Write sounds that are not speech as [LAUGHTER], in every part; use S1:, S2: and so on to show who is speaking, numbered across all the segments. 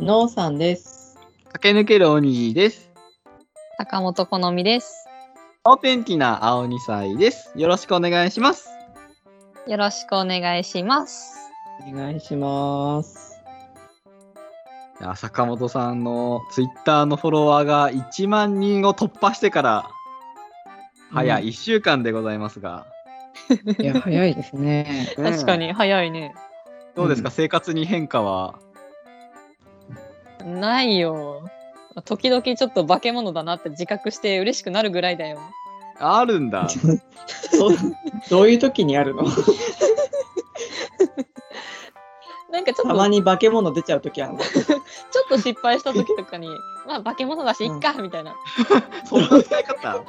S1: のうさんです。
S2: 駆け抜けるおにぎりです。
S3: 坂本好みです。
S2: お天気な青二歳です。よろしくお願いします。
S3: よろしくお願いします。
S1: お願いします。
S2: いや坂本さんのツイッターのフォロワーが1万人を突破してから、早
S1: うん
S2: い1週間でございますが、
S1: いや、早いですね。
S2: ねえ
S3: 確かに早いね。
S2: どうですか、
S1: うん
S2: 生活に変化は
S3: ないよ。時々ちょっと化け物だなって自覚して嬉しくなるぐらいだよ。
S2: ある
S1: [LAUGHS]
S2: んだ
S1: どどういう時にあるの
S3: なんかちょ
S1: た
S3: っと
S1: まに化け物出ちゃう時あるの。
S3: ちょっと失敗した時とかに、 [LAUGHS] まあ化け物だしいっかみたいな。
S2: そんな使い方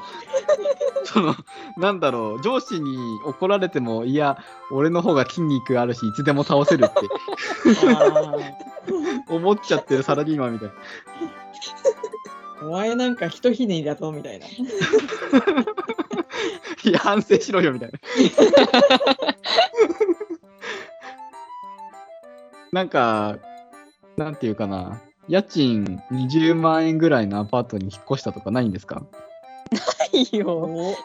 S2: [LAUGHS] そのなんだろう上司に怒られてもいや俺の方が筋肉あるしいつでも倒せるって思っちゃってるサラリーマンみたいな
S1: お前なんかひとひねりだぞみたいな。
S2: いや反省しろよみたい [LAUGHS] な。なんか、なんていうかな、家賃20万円ぐらいのアパートに引っ越したとかないんですか
S3: ないよ。
S1: お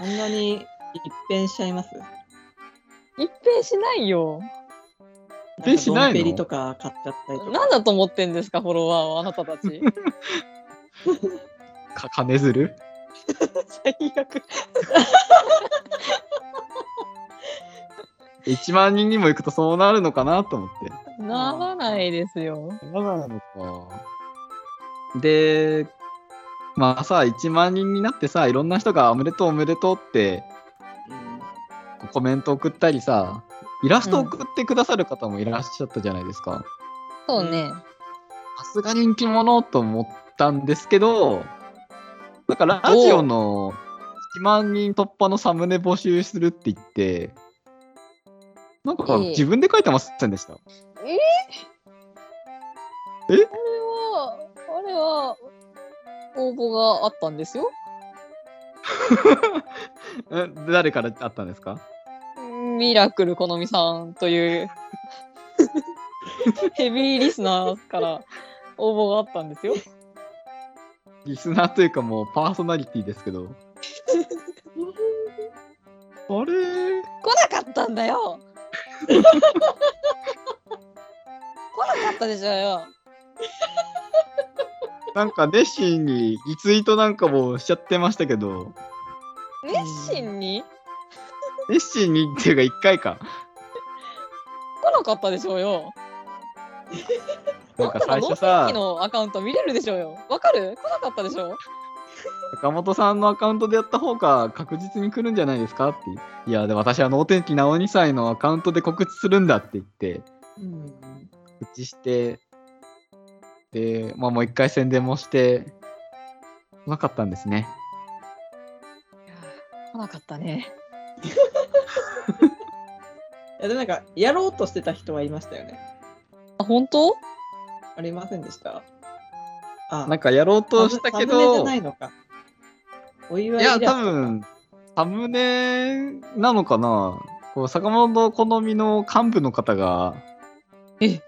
S1: そんなに一変しちゃいます
S3: 一変しないよ。
S2: 一変しないの
S1: んかドンペリとか買っちゃったりとか。
S3: なんだと思ってんですか、フォロワーをあなたたち。
S2: か金づる
S3: 最悪。
S2: 1万人にも行くとそうなるのかなと思って。
S3: ならないですよ。
S2: そうなのか。で、まあさ、1万人になってさ、いろんな人がおめでとうおめでとうってこうコメント送ったりさ、イラスト送ってくださる方もいらっしゃったじゃないですか。
S3: そうね。
S2: さすが人気者と思ったんですけど、なんかラジオの1万人突破のサムネ募集するって言って、なんか
S3: いい
S2: 自分で書いてませんでした。
S3: あれは、応募があったんですよ。
S2: え誰からあったんですか
S3: ミラクル好みさんと [LAUGHS] いうヘビーリスナーから応募があったんですよ。
S2: リスナーというかもうパーソナリティですけど。 [LAUGHS] あれ
S3: 来なかったんだよ来なかったでしょよ。
S2: なんか熱心にリツイートなんかもしちゃってましたけど、
S3: 熱心に
S2: 熱心にっていうか1回か。
S3: 来なかったでしょうよ。
S2: なんか最初
S3: あん
S2: さ
S3: た、のノーテッキのアカウント見れるでしょうよ。わかる来なかったでしょ
S2: 坂本さんのアカウントでやった方が確実に来るんじゃないですかって。いや、で私は能天気なお2歳のアカウントで告知するんだって言って、
S1: うん
S2: 告知して、で、まあもう一回宣伝もして、来なかったんですね。
S3: 来なかったね。
S1: いやでもなんかやろうとしてた人はいましたよね。
S3: あ、本 [LAUGHS] 当
S1: ありませんでしたあ
S2: なんかやろうとした
S1: サム
S2: け
S1: ネじゃ
S2: ど、
S1: ないのか。お祝い
S2: いや、
S1: だ
S2: 多分、サムネなのかなこう、坂本好みの幹部の方が、
S3: え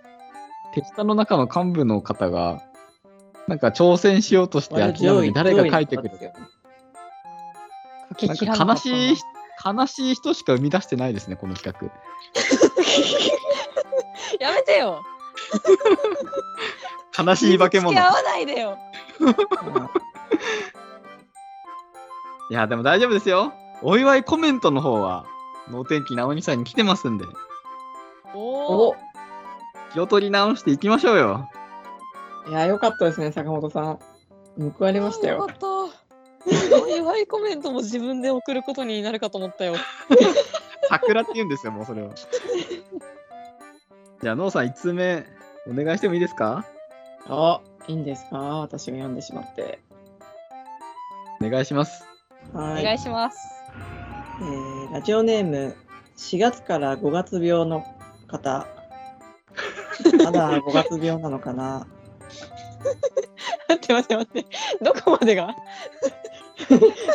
S2: 手下の中の幹部の方が、なんか挑戦しようとして
S1: 割と
S2: 諦め
S1: 上
S2: て
S1: 位
S2: 誰が書いてく
S1: 上位の方で
S2: る
S1: すよね
S3: 書き
S2: なん
S3: き
S2: から
S3: な
S2: 悲
S3: かったな
S2: しい、悲しい人しか生み出してないですね、この企画。
S3: やめてよ。
S2: 悲しい化け物。
S3: 付き合
S2: い
S3: わないでよ。
S1: あ
S2: や、でも大丈夫ですよ。お祝いコメントの方は、能天気なお兄さんに来てますんで、
S3: お
S1: お
S3: お。
S2: 気を取り直していきましょうよ。
S1: いや、よかったですね、坂本さん。報われましたよ。
S3: あよかった。お祝いコメントも自分で送ることになるかと思ったよ。
S2: 桜って言うんですよ、もうそれを。じゃあ、のうさん、1通目、お願いしてもいいですか
S1: あ、いいんですか私が読んでしまって。
S2: お願いします。
S1: は
S3: お
S1: い。
S3: 願いします。
S1: えーラジオネーム、4月から5月病の方。まだ5月病なのかな
S3: 待って待って待って。どこまでが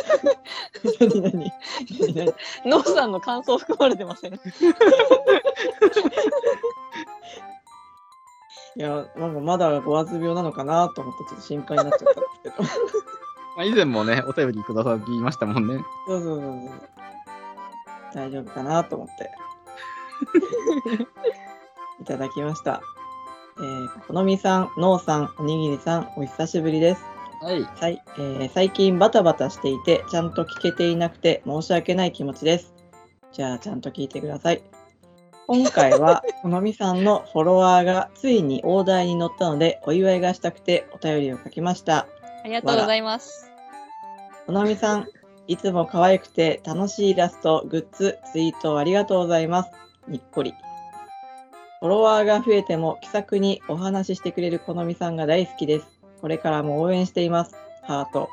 S1: 何何何何
S3: ノーさんの感想含まれてません。
S1: いや、なんかまだ五月病なのかなと思って、ちょっと心配になっちゃったんですけど。
S2: まあ、以前もね、お便りくださっていましたもんね。
S1: そうそうそうそう。大丈夫かなと思って。いただきました。えー、好みさん、のうさん、おにぎりさん、お久しぶりです。
S2: はい。
S1: はい、えー最近バタバタしていて、ちゃんと聞けていなくて申し訳ない気持ちです。じゃあ、ちゃんと聞いてください。今回は、このみさんのフォロワーがついに大台に乗ったので、お祝いがしたくてお便りを書きました。
S3: ありがとうございます。
S1: このみさん、いつも可愛くて楽しいイラスト、グッズ、ツイートありがとうございます。にっこり。フォロワーが増えても気さくにお話ししてくれるこのみさんが大好きです。これからも応援しています。ハート。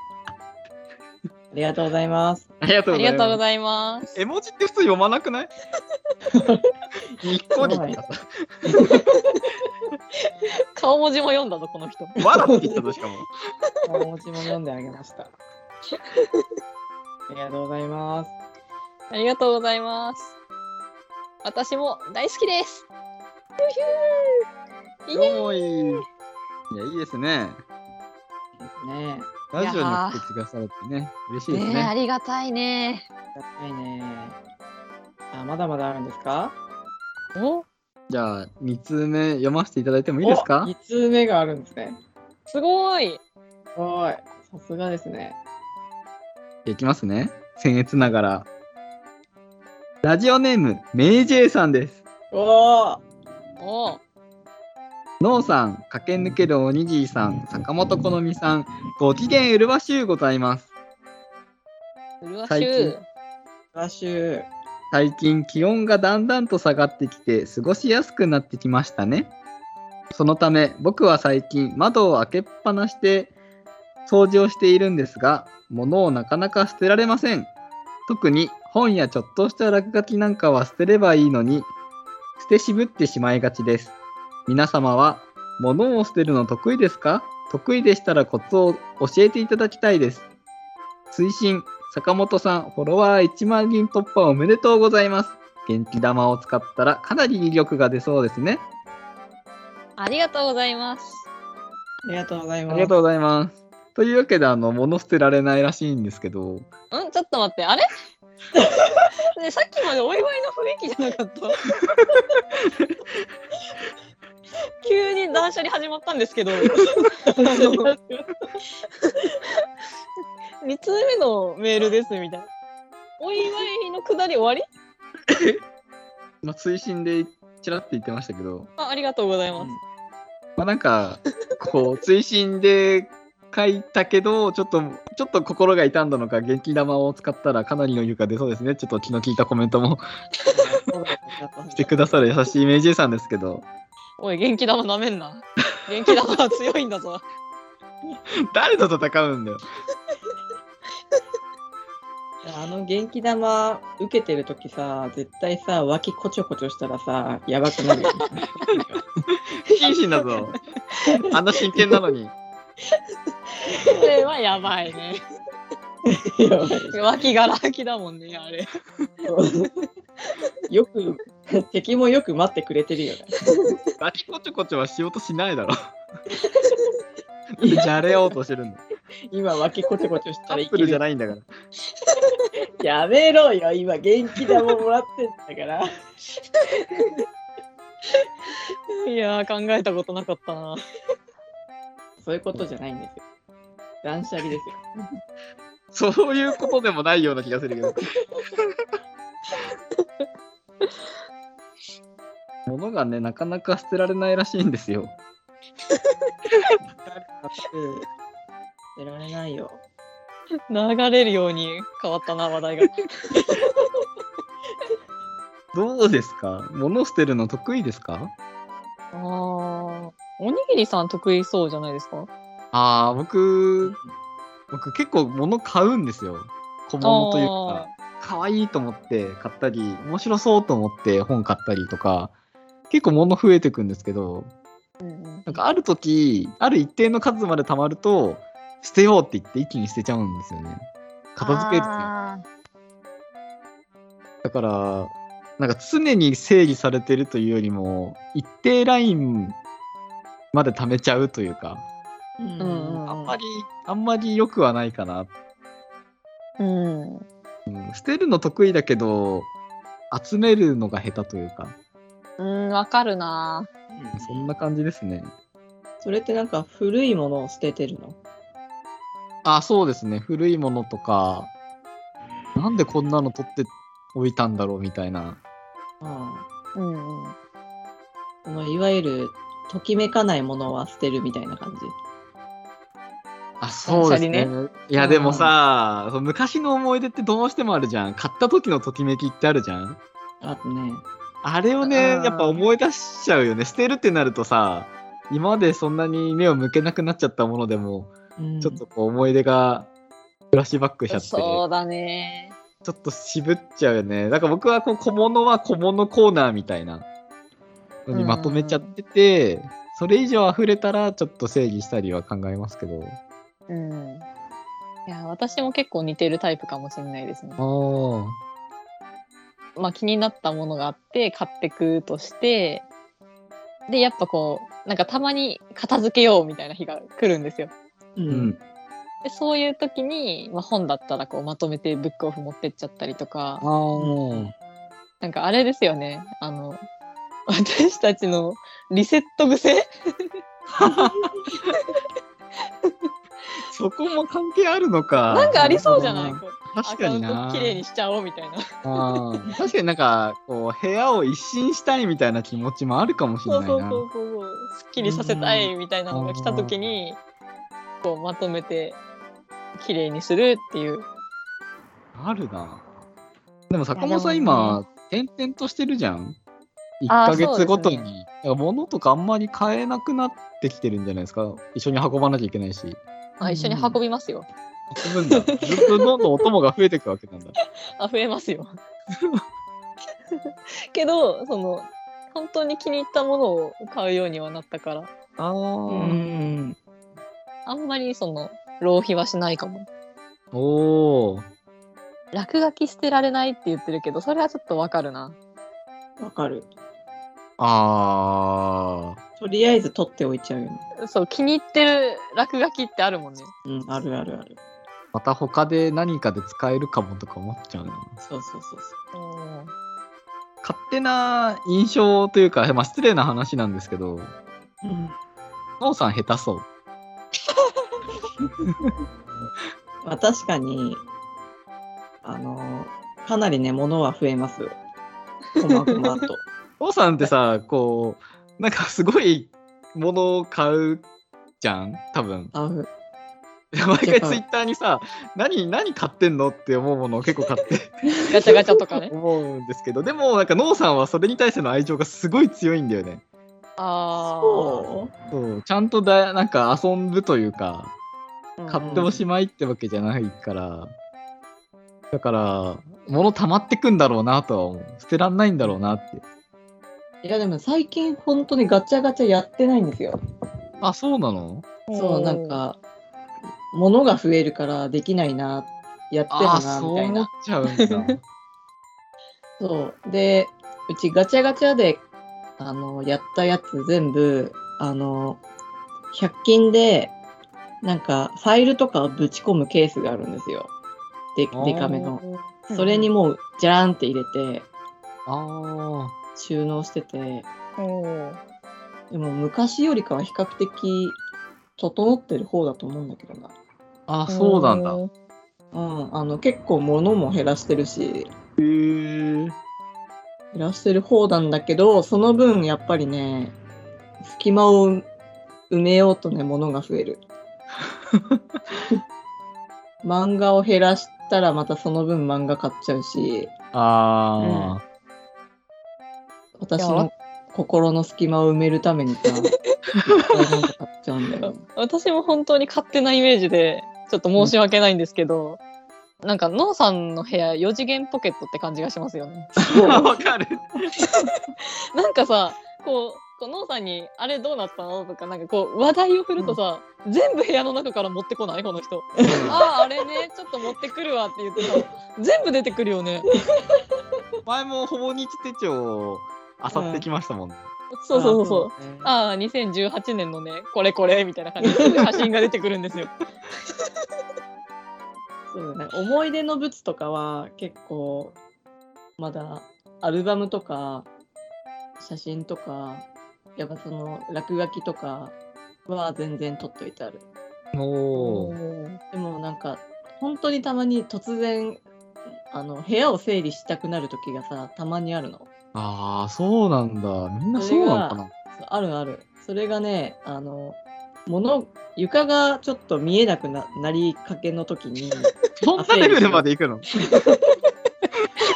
S1: ありがとうございます。
S2: ありがとう
S3: あ
S2: ご
S3: り
S2: ざい
S3: がとうご
S2: ます。
S3: ざいます。
S2: 絵文字って普通読まなくない [LAUGHS] にっこりってさ、
S3: 顔文字も読んだぞ、この人。
S2: わらって言ったとしかも。
S1: お持ちも読んであげました。ありがとうございます。
S3: ありがとうございます。私も大好きです。ヒューヒューイエーイ
S2: よ [LAUGHS] ーい。いや、いいですね。
S1: ね
S2: ラジオに送ってくださるってね、嬉しいです
S3: ねえ、あ
S2: ね。
S3: りがたいね。
S1: え、高いね。あ、まだまだあるんですか
S3: お
S2: じゃあ、2通目読ませていただいてもいいですか
S1: ?2 通目があるんですね。
S3: すごい。
S1: すごい。さすがですね。
S2: いきますね。僭越ながら。ラジオネーム、めいじえさんです。
S1: おお
S3: おう
S2: のうさん、駆け抜けるおにぎりさん、坂本好みさん、ご機嫌うるわしゅうございます。
S3: うるわし
S2: 最
S3: ゅ
S2: 近
S3: う。
S1: ラッシュ。
S2: 最近気温がだんだんと下がってきて過ごしやすくなってきましたねそのため僕は最近窓を開けっぱなして掃除をしているんですが物をなかなか捨てられません特に本やちょっとした落書きなんかは捨てればいいのに捨て渋ってしまいがちです皆様は物を捨てるの得意ですか得意でしたらコツを教えていただきたいです推進坂本さんフォロワー1万人突破おめでとうございます元気玉を使ったらかなり威力が出そうですね
S3: ありがとうございます。
S1: ありがとうござい
S2: あ
S1: ます。
S2: りがとうございますというわけであの物捨てられないらしいんですけど
S3: んちょっと待って、あれ [LAUGHS] ねさっきまでお祝いの雰囲気じゃなかった。 [LAUGHS] 急に断捨離始まったんですけど。2通目のメールですみたいな。お祝いのくだり終わり
S2: まあ、推進でちらって言ってましたけど、
S3: あありがとうございます。
S2: まあ、なんかこう [LAUGHS] 推進で書いたけどちょっとちょっと心が痛んだのか元気玉を使ったらかなりの威力が出そうですねちょっと気の利いたコメントも [LAUGHS]
S1: し
S2: してくださる優しい明治さんですけど
S3: おい、元気玉なめんな。元気玉は強いんだぞ。
S2: [LAUGHS]
S3: [LAUGHS]
S2: 誰と戦うんだよ
S1: あの元気玉受けてるときさ、絶対さ、脇こちょこちょしたらさ、やばくなるよね。
S2: 不謹慎だぞあんな真剣なのに
S3: これはやばいね。
S1: やば
S2: [LAUGHS]
S1: いでし
S3: 脇がら空きだもんね、あれ。
S1: ょよく、敵もよく待ってくれてるよね。
S2: 脇こちょこちょはしようとしないだろ。でじゃれようとしてるんだ。
S1: 今、脇こちょこちょし
S2: ア
S1: たら
S2: ッ
S1: い
S2: プ
S1: け
S2: ルじゃ
S1: る。
S2: ないんだから。
S1: やめろよ、今、元気玉もらってんだから。
S3: いやー、考えたことなかったな。
S1: そういうことじゃないんですよ。断捨離ですよ。
S2: そういうことでもないような気がするけど。物がね、なかなか捨てられないらしいんですよ。
S1: うん出られないよ。
S3: 流れるように変わったな、話題が。
S2: どうですか物捨てるの得意ですか
S3: あーおにぎりさん得意そうじゃないですか
S2: ああ、僕、僕結構物買うんですよ。小物というか。可愛いと思って買ったり面白そうと思って本買ったりとか結構物増えてくんですけど
S3: あーうんうん
S2: なんかある時ある一定の数まで貯まると捨てようって言って一気に捨てちゃうんですよね片付けるだ
S3: あー
S2: からなんか常に整理されてるというよりも一定ラインまで貯めちゃうというか、
S1: うん
S3: うん
S2: あんまり、あんまり良くはないかな。
S3: うん。
S2: うん捨てるの得意だけど、集めるのが下手というか、
S3: うん、わかるな。
S2: そんな感じですね。
S1: それってなんか古いものを捨ててるの
S2: あ、そうですね。古いものとか、なんでこんなの取っておいたんだろうみたいな。
S1: ああ
S3: うんうん。
S1: このいわゆるときめかないものは捨てるみたいな感じ。
S2: あ、そうですね。
S3: 断
S2: いや、でもさ、そう昔の思い出ってどうしてもあるじゃん。買った時のときめきってあるじゃん。
S1: あとね、
S2: あれをね、
S3: うん
S2: やっぱ思い出しちゃうよね。捨てるってなるとさ、今までそんなに目を向けなくなっちゃったものでも、
S1: うん
S2: ちょっとこう思い出がフラッシュバックしちゃって、
S3: そうだね。
S2: ちょっと渋っちゃうよね。だから僕はこう小物は小物コーナーみたいなのにまとめちゃってて、それ以上溢れたらちょっと整理したりは考えますけど。
S3: うん。いや、私も結構似てるタイプかもしれないですね。
S2: あ
S3: まあ、気になったものがあって買ってくとしてでやっぱこうなんかたまに片付けようみたいな日が来るんですよ。
S1: う
S2: あ。うん
S1: [LAUGHS] ん。。
S3: でそういう時に、まあ、本だったらこうまとめてブックオフ持ってっちゃったりとか
S2: ああ。
S3: なんかあれですよねあの私たちのリセット癖
S2: そこも関係あるのか。
S3: なんかありそうじゃないこう
S2: 確かに
S3: アカウン
S2: な。
S3: トきれいにしちゃおうみたいな。
S2: あー確かになんかこう部屋を一新したいみたいな気持ちもあるかもしれ
S3: そ
S2: ないうな。
S3: そうそうそうそうすっきりさせたいみたいなのが来た時にこうまとめて綺麗にするっていう。
S2: あるな。でも坂
S3: いや
S2: 本
S3: で
S2: さ
S3: も
S2: ん
S3: ね
S2: 今、転々としてるじゃん。1
S3: あー
S2: ヶ月ごとに。
S3: そうです
S2: だから物とかあんまり買えなくなってきてるんじゃないですか。一緒に運ばなきゃいけ [LAUGHS] ないし。
S3: あ一緒に運びますよ。
S2: 運ぶんだ。ずっとどんどんお供が増えていくわけなんだ。
S3: あ増えま
S2: [LAUGHS]
S3: すよ。けどその本当に気に入ったものを買うようにはなったから
S2: ああ、
S1: うん。
S3: あんまりその浪費はしないかも。
S2: おお。
S3: 落書き捨てられないって言ってるけどそれはちょっとわかるな。
S1: わかる。
S2: ああ。
S1: とりあえず取っておいちゃうよね。
S3: そう気に入ってる落書きってあるもんね。
S1: うん、あるあるある。
S2: また他で何かで使えるかもとか思っちゃうな。
S1: そうそうそうそ
S3: うん
S2: 勝手な印象というか、まあ、失礼な話なんですけど、
S1: う。うん。
S2: 真央さん下手そう。
S1: まあ確かに、あの、かなりね、物は増えます。こまごまと。
S2: 真央さんってさ、こう、なんかすごいものを買うじゃん多分。
S1: [LAUGHS] あう
S2: 毎回
S1: 買う
S2: ツイッターにさ、何、何買ってんのって思うものを結構買って
S3: ガチャガチャとか [LAUGHS] ね。
S2: 思うんですけど、でもなんかノーさんはそれに対しての愛情がすごい強いんだよね。
S3: ああ。
S1: そ
S2: そう、ちゃんとだ、なんか遊ぶというか、
S3: うん
S2: 買っておしまいってわけじゃないから、だから、物溜まってくんだろうなとは思う。捨てらんないんだろうなって。
S1: ういやでも最近本当にガチャガチャやってないんですよ。
S2: あ、そうなの
S1: そうなん。か物が増えるからできないなやってる
S2: あ
S1: な
S2: あー、
S1: み
S2: そう
S1: たい
S2: 思っ
S1: な。
S2: ちゃうんだ。 [LAUGHS]
S1: そうでうちガチャガチャであのやったやつ全部あの100均でなんかファイルとかをぶち込むケースがあるんですよ。で
S2: あー
S1: でかめの。
S3: うん
S1: それにもうジャランって入れて
S2: あ
S1: 収納してて
S3: うん
S1: でも昔よりかは比較的整ってる方だと思うんだけどな。
S2: あ、ああそうなんだ。
S3: う
S1: うん、あの結構物も減らしてるし
S2: へえ。
S1: 減らしてる方なんだけどその分やっぱりね隙間を埋めようとね物が増える漫画を減らしたらまたその分漫画買っちゃうし
S2: あ
S1: 私
S3: いや
S1: の心の隙間を埋めるためにさいっぱいなんか買っちゃうんだよね
S3: 私も本当に勝手なイメージでちょっと申し訳ないんですけど、なんかノーさんの部屋4次元ポケットって感じがしますよね。
S2: あ。わかる。
S3: なんかさこうこうノーさんに「あれどうなったの?」とかなんかこう話題を振るとさ、全部部屋の中から持ってこないこの人。あああれねちょっと持ってくるわって言ってさ全部出てくるよね。
S2: 前もほぼ日手帳、あさってきましたもん。
S3: そうそうそうそう。
S1: うだね
S3: ああ、2018年のね、これこれみたいな感じですぐ写真が出てくるんですよ。
S1: そうだね思い出の物とかは結構まだアルバムとか写真とかやっぱその落書きとかは全然撮っといてある
S2: おー
S1: でもなんか本当にたまに突然あの部屋を整理したくなる時がさたまにあるの
S2: ああ、そうなんだ。みんなそうなのかな。
S1: そうあるあるそれがねあの物床がちょっと見えなくななりかけの時にい
S2: そんなレベルまでいくの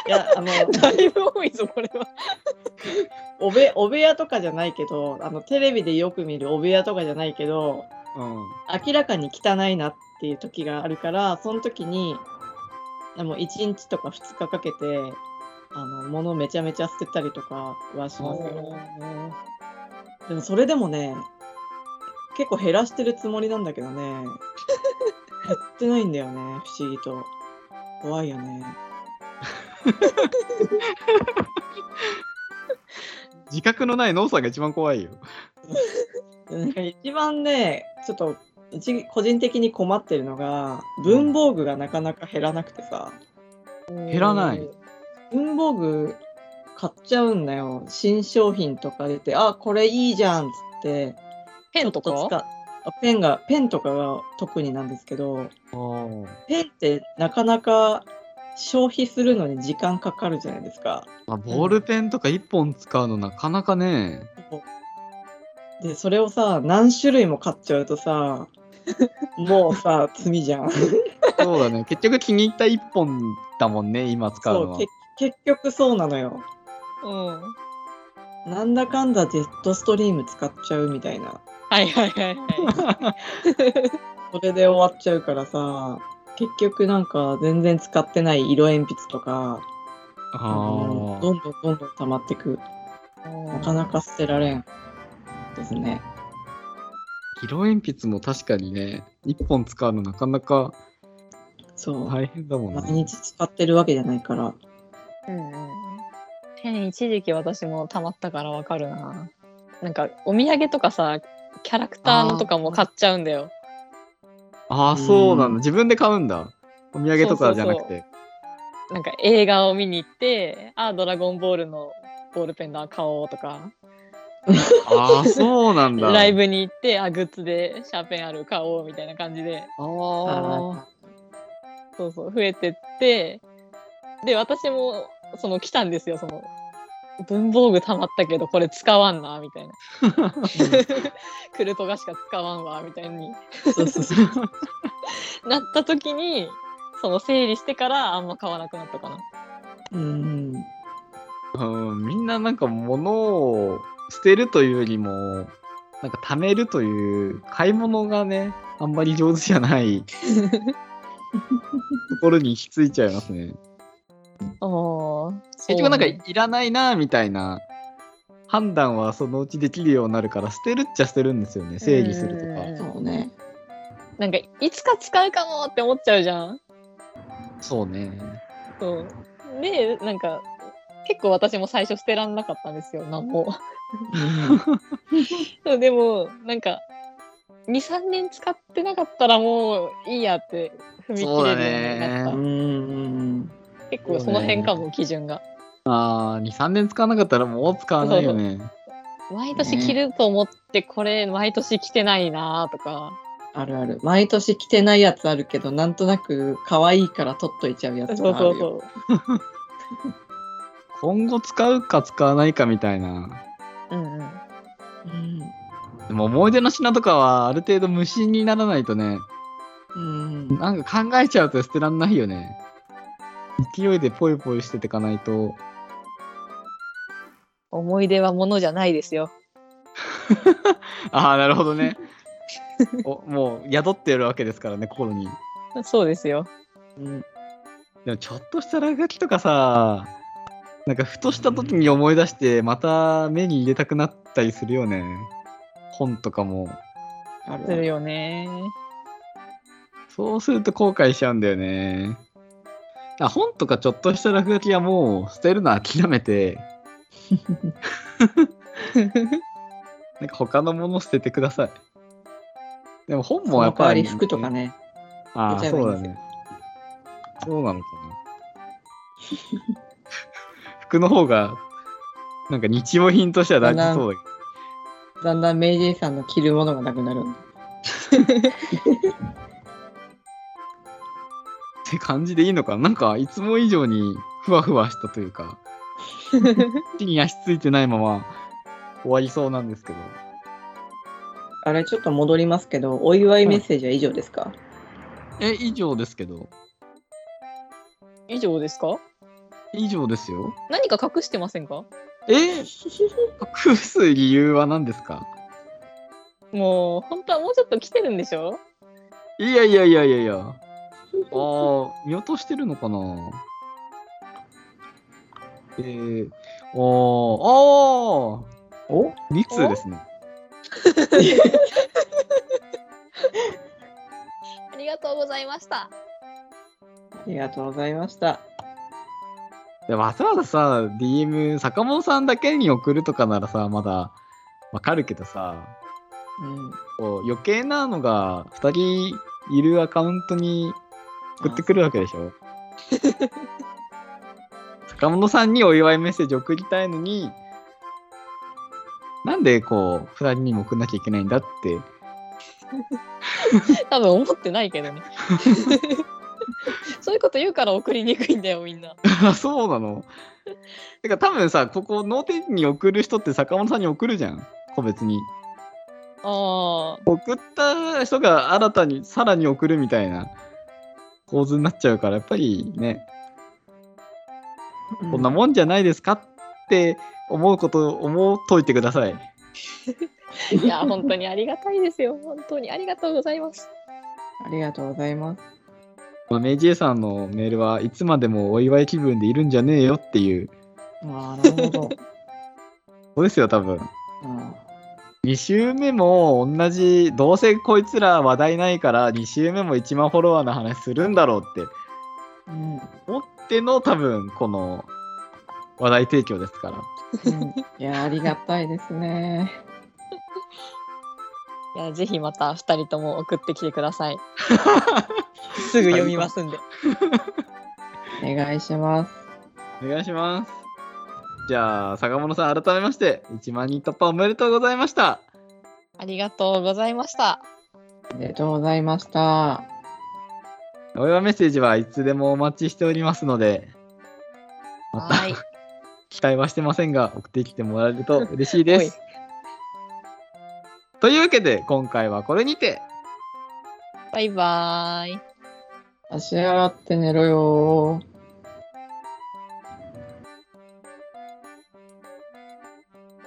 S1: やあの
S3: だいぶ多いぞ、これは。
S1: おべお部屋とかじゃないけどあのテレビでよく見るお部屋とかじゃないけど
S2: うん。
S1: 明らかに汚いなっていう時があるからその時にあの1日とか2日かけてあの物めちゃめちゃ捨てたりとかはしますねでもそれでもね結構減らしてるつもりなんだけどね減ってないんだよね不思議と怖いよね
S2: 自覚のないノーさんが一番怖いよ。
S1: なんか一番ねちょっとうち個人的に困ってるのが文房具がなかなか減らなくてさ
S2: 減らない。
S1: 文房具買っちゃうんだよ新商品とか出てあこれいいじゃんっつって
S3: ペンと
S1: ちょっ使
S3: か
S1: っあペンがペンとかが特になんですけどペンってなかなか消費するのに時間かかるじゃないですか
S2: まあ、ボールペンとか1本使うのなかなかね。
S1: でそれをさ何種類も買っちゃうと
S2: [LAUGHS]
S1: さもうさ罪じゃん
S2: そうだ [LAUGHS] ね。結局気に入った1本だもんね、今使う
S1: そ
S2: の
S1: う
S2: は
S1: け。結局そうなのよ
S3: うん。はい
S1: なんだかんだジェットストリーム使っちゃうみたいな
S3: はいはいはい。
S1: それで終わっちゃうからさ結局なんか全然使ってない色鉛筆とかう
S2: あ
S1: ん
S2: あ
S1: ど。んどんどんどん溜まってくなかなか捨てられんですね
S2: 色鉛筆も確かにね、1本使うのなかなか
S1: そう、
S2: 大変だもん
S1: 毎
S2: ね。
S1: 日使ってるわけじゃないから
S3: うんうんペン一時期私も溜まったからわかるな。なんかお土産とかさ、キャラクターのとかも買っちゃうんだよ。
S2: ああ、そうなん
S1: うん
S2: だ。自分で買うんだ。お土産とかじゃなくて。
S3: なんか映画を見に行って、ああ、ドラゴンボールのボールペンだ、買おうとか、
S2: ああ、そうなんだ。
S3: [LAUGHS] ライブに行って、あ、グッズでシャーペンある、買おうみたいな感じ
S2: あ
S3: で、
S2: あ。
S3: そうそう、増えてって、で、私も、その、来たんですよ、その、文房具溜まったけど、これ使わんな、み
S2: [LAUGHS]
S3: たいな。 [LAUGHS] クルトガしか使わんわ、みたいに
S1: そうそうそう [LAUGHS]
S3: なった時に、その、整理してから、あんま買わなくなったかな。
S1: うん
S2: うん、みんななんか物を捨てるというよりも、なんか貯めるという買い物がね、あんまり上手じゃない
S3: [LAUGHS]
S2: ところに行き着いちゃいますね。
S3: ああ。
S2: 結局なんかいらないなみたいな判断はそのうちできるようになるから捨てるっちゃ捨てるんですよね、整理すると
S3: うん
S2: か。
S1: そうね
S3: なんか、いつか使うかもって思っちゃうじゃん。
S2: そうね。
S3: そう。で、なんか、結構私も最初捨てらんなかったんですよ、なんも。 [LAUGHS] そうでも、なんか、2、3年使ってなかったらもういいやって踏み切れるようにな
S1: う
S3: っ
S1: んうん
S3: た。結構その辺かも、基準が。
S2: ああ、2、3年使わなかったらもう使わないよね。
S3: 毎年着ると思って、これ毎年着てないなとか。
S1: あるある毎年着てないやつあるけどなんとなく可愛いから取っといちゃうや
S3: そう
S1: つとかある
S3: そ
S1: よ
S3: うそう。
S2: 今後使うか使わないかみたいな。
S3: うんうん。
S2: でも思い出の品とかはある程度無心にならないとね、
S1: うん、うん、
S2: なんか考えちゃうと捨てらんないよね。勢いでポイポイしててかないと。
S3: 思い出はものじゃないですよ。 [LAUGHS]
S2: ああ、なるほど [LAUGHS] ね。おもう宿ってるわけですからね、心に。
S3: そうですよ。
S1: うん
S2: でもちょっとした落書きとかさ、なんかふとした時に思い出して、また目に入れたくなったりするよね。本とかも。
S1: ある
S3: す
S1: ある
S3: るよね。
S2: そうすると後悔しちゃうんだよね。あ本
S1: [LAUGHS]
S2: とかちょっとした落書きはもう捨てるの諦めて、なんか他のもの捨ててください。でも本
S1: そ
S2: もや
S1: の
S2: っ
S1: 代わ
S2: ぱり、
S1: り服とか。ね。
S2: あ
S1: 入
S2: あ、
S1: れちゃえ
S2: そう
S1: ばいいん
S2: だ
S1: です
S2: ね。そうなのかな。服の方が、なんか日用品としては大事そうだけ
S1: だんだんメイジェイさんの着るものがなくなるんで。
S2: ど。って感じでいいのかな。なんかいつも以上にふわふわしたというか、地に足ついてないまま終わりそうなんですけど。
S1: あれ、ちょっと戻りますけど、お祝いメッセージは以上ですか、
S2: え、以上ですけど。
S3: [LAUGHS] 以上ですか
S2: 以上ですよ。
S3: 何か隠してませんか
S2: え、隠す理由は何ですか
S3: もう本当はもうちょっと来てるんでしょ
S2: いやいやいやいやいや。ああ、見落としてるのかなえー、あー、あ
S1: お
S2: あ、2通ですね。
S3: ありがとうございました。
S1: ありがとうございました。
S2: でわざわざさ、DM、坂本さんだけに送るとかならさ、まだわかるけどさ、
S1: うん、
S2: こう余計なのが2人いるアカウントに送ってくるわけでしょ [LAUGHS] 坂本さんにお祝いメッセージ送りたいのになんでこう2人にも送んなきゃいけないんだって
S3: 多分思ってないけどね。 [LAUGHS] そういうこと言うから送りにくいんだよみんな。
S2: あ [LAUGHS] そうなのてか多分さここノーテに送る人って坂本さんに送るじゃん個別に
S3: ああ
S2: 送った人が新たにさらに送るみたいな構図になっちゃうからやっぱりねこんなもんじゃないですかって思うこと思うといてください。
S3: いや本当にありがたいですよ本当にありがとうございます。
S1: ありがとうございます。
S2: まあ、メイジエさんのメールはいつまでもお祝い気分でいるんじゃねえよっていう。
S1: ああ、なるほど。
S2: そうですよ、多分。
S1: うん
S2: 2週目も同じ、どうせこいつら話題ないから2週目も1万フォロワーの話するんだろうって
S1: うん
S2: 思っての多分この話題提供ですから。
S1: うん、いやありがたいですね。
S3: いやぜひまた二人とも送ってきてください。すぐ読みますんで。
S1: お願いします。
S2: お願いします。じゃあ、坂本さん改めまして1万人突破おめでとうございました。
S3: ありがとうございました。
S1: ありがとうございました。
S2: お祝いメッセージはいつでもお待ちしておりますので、また
S3: はい。
S2: 期待はしてませんが、送ってきてもらえると嬉しい
S3: お
S2: で
S3: い
S2: す。というわけで、今回はこれにて、
S3: バイバーイ。
S1: 足洗って寝ろよー。